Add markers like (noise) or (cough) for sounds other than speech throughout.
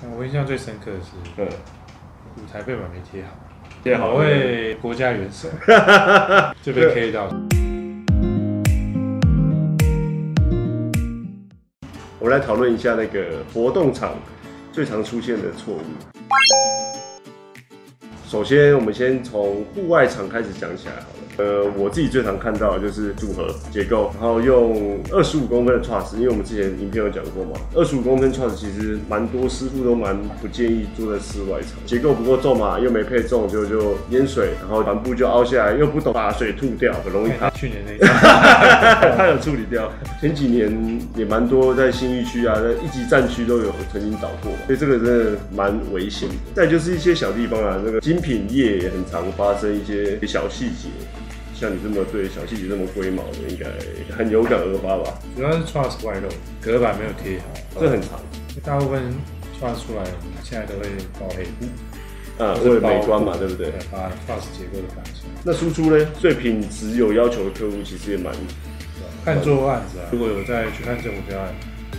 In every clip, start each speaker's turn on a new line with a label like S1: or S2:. S1: 嗯我印象最深刻的是
S2: 呃，
S1: 舞台背板没贴好，
S2: 贴好
S1: 我为国家元
S2: (laughs)
S1: 首就被 K 到。
S2: 我们来讨论一下那个活动场最常出现的错误。首先，我们先从户外场开始讲起来好了。呃，我自己最常看到的就是组合结构，然后用二十五公分的 truss，因为我们之前影片有讲过嘛，二十五公分 truss 其实蛮多师傅都蛮不建议做在室外场，结构不够重嘛，又没配重，就就淹水，然后帆布就凹下来，又不懂把水吐掉，很容易塌
S1: 看去年那一场，
S2: 他有处理掉。前几年也蛮多在新一区啊，在一级战区都有曾经倒过嘛，所以这个真的蛮危险的。再就是一些小地方啊，那个精品业也很常发生一些小细节。像你这么对小细节这么龟毛的，应该很有感而发吧？
S1: 主要是 Trust 外露，隔板没有贴好，
S2: 这很长，
S1: 大部分 Trust 出来现在都会包黑布，
S2: 啊，为了美观嘛，对不对？
S1: 把 Trust 结构都绑起来。
S2: 那输出呢？最品质有要求的客户其实也蛮
S1: 看做案子啊，如果有在去看政府标案，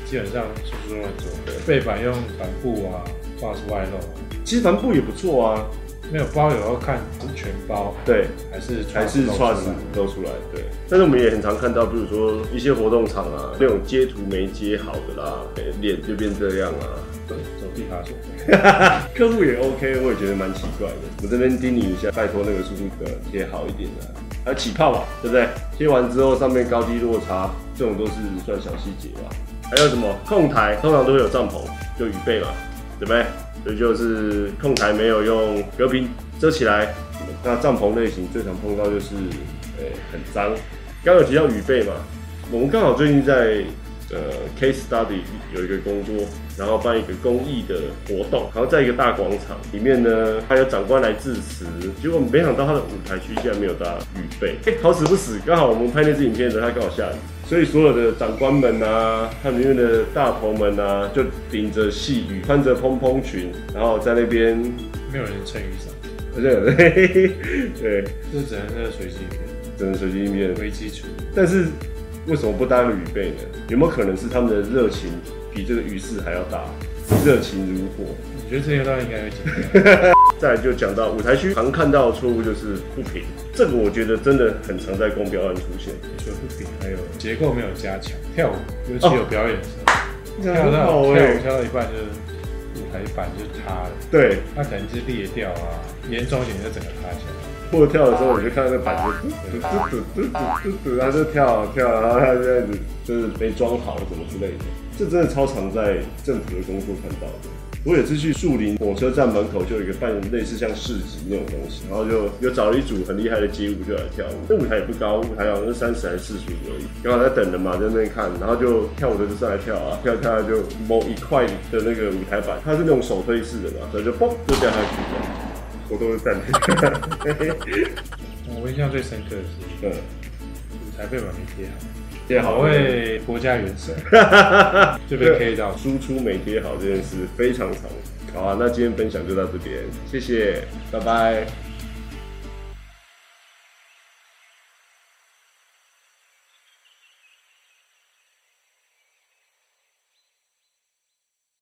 S1: 基本上是不是乱做？背板用帆布啊，挂是外露啊，
S2: 其实帆布也不错啊，
S1: 没有包也要看是全包
S2: 对，
S1: 还是
S2: 还是
S1: 露出
S2: trust
S1: 来
S2: 露出来，对。但是我们也很常看到，比如说一些活动场啊，那种截图没截好的啦，诶脸就变这样啊，
S1: 对走地爬索。
S2: 客户也 OK，我也觉得蛮奇怪的。我这边叮咛一下，拜托那个速度的贴好一点啊，还有起泡嘛，对不对？贴完之后上面高低落差，这种都是算小细节吧。还有什么控台，通常都会有帐篷，就雨备嘛，对不对？所以就是控台没有用隔屏遮起来。那帐篷类型最常碰到就是，呃、很脏。刚刚有提到雨备嘛，我们刚好最近在呃 case study 有一个工作，然后办一个公益的活动，然后在一个大广场里面呢，还有长官来致辞，结果没想到他的舞台区竟然没有搭雨备，哎、好死不死，刚好我们拍那支影片的时候，他刚好下雨。所以所有的长官们啊，他们里面的大头们啊，就顶着细雨，穿着蓬蓬裙，然后在那边， (laughs)
S1: 没有人撑雨伞，
S2: 而且对，
S1: 这只能是随机应
S2: 只能随机应变
S1: 变，。为基础。
S2: 但是为什么不搭个雨备呢？有没有可能是他们的热情比这个雨势还要大，热情如火？
S1: 我觉得这些道应该会解决。
S2: 再来就讲到舞台区常看到的错误就是不平，这个我觉得真的很常在公标案出现。
S1: 除了不平，还有结构没有加强，跳舞尤其有表演的时候，哦跳
S2: 很
S1: 到
S2: 好
S1: 跳
S2: 欸
S1: 舞跳到一半就是舞台板就塌了，
S2: 对，
S1: 它可能是裂掉啊，严重一点就整个塌下来。
S2: 或者跳的时候，我就看到那板子嘟嘟嘟嘟嘟嘟嘟，他就跳跳，然后他这样子就是没装好什么之类的，这真的超常在政府的工作看到的。我有次去树林火车站门口就有一个办类似像市集那种东西，然后就有找了一组很厉害的街舞就来跳舞，那舞台也不高，舞台好像是三十还是四十五而已，刚好在等人嘛，在那边看，然后就跳舞的就上来跳啊，跳一跳就某一块的那个舞台板，它是那种手推式的嘛，所以就嘣就掉下去了，我都是站着。
S1: 我印象最深刻的是
S2: 嗯，
S1: 舞台背板没贴好，
S2: 贴
S1: 我
S2: 位
S1: 为国家元 (laughs) 首就被 K 到。
S2: 输出没贴好这件事非常长。好啊，那今天分享就到这边，谢谢，拜拜。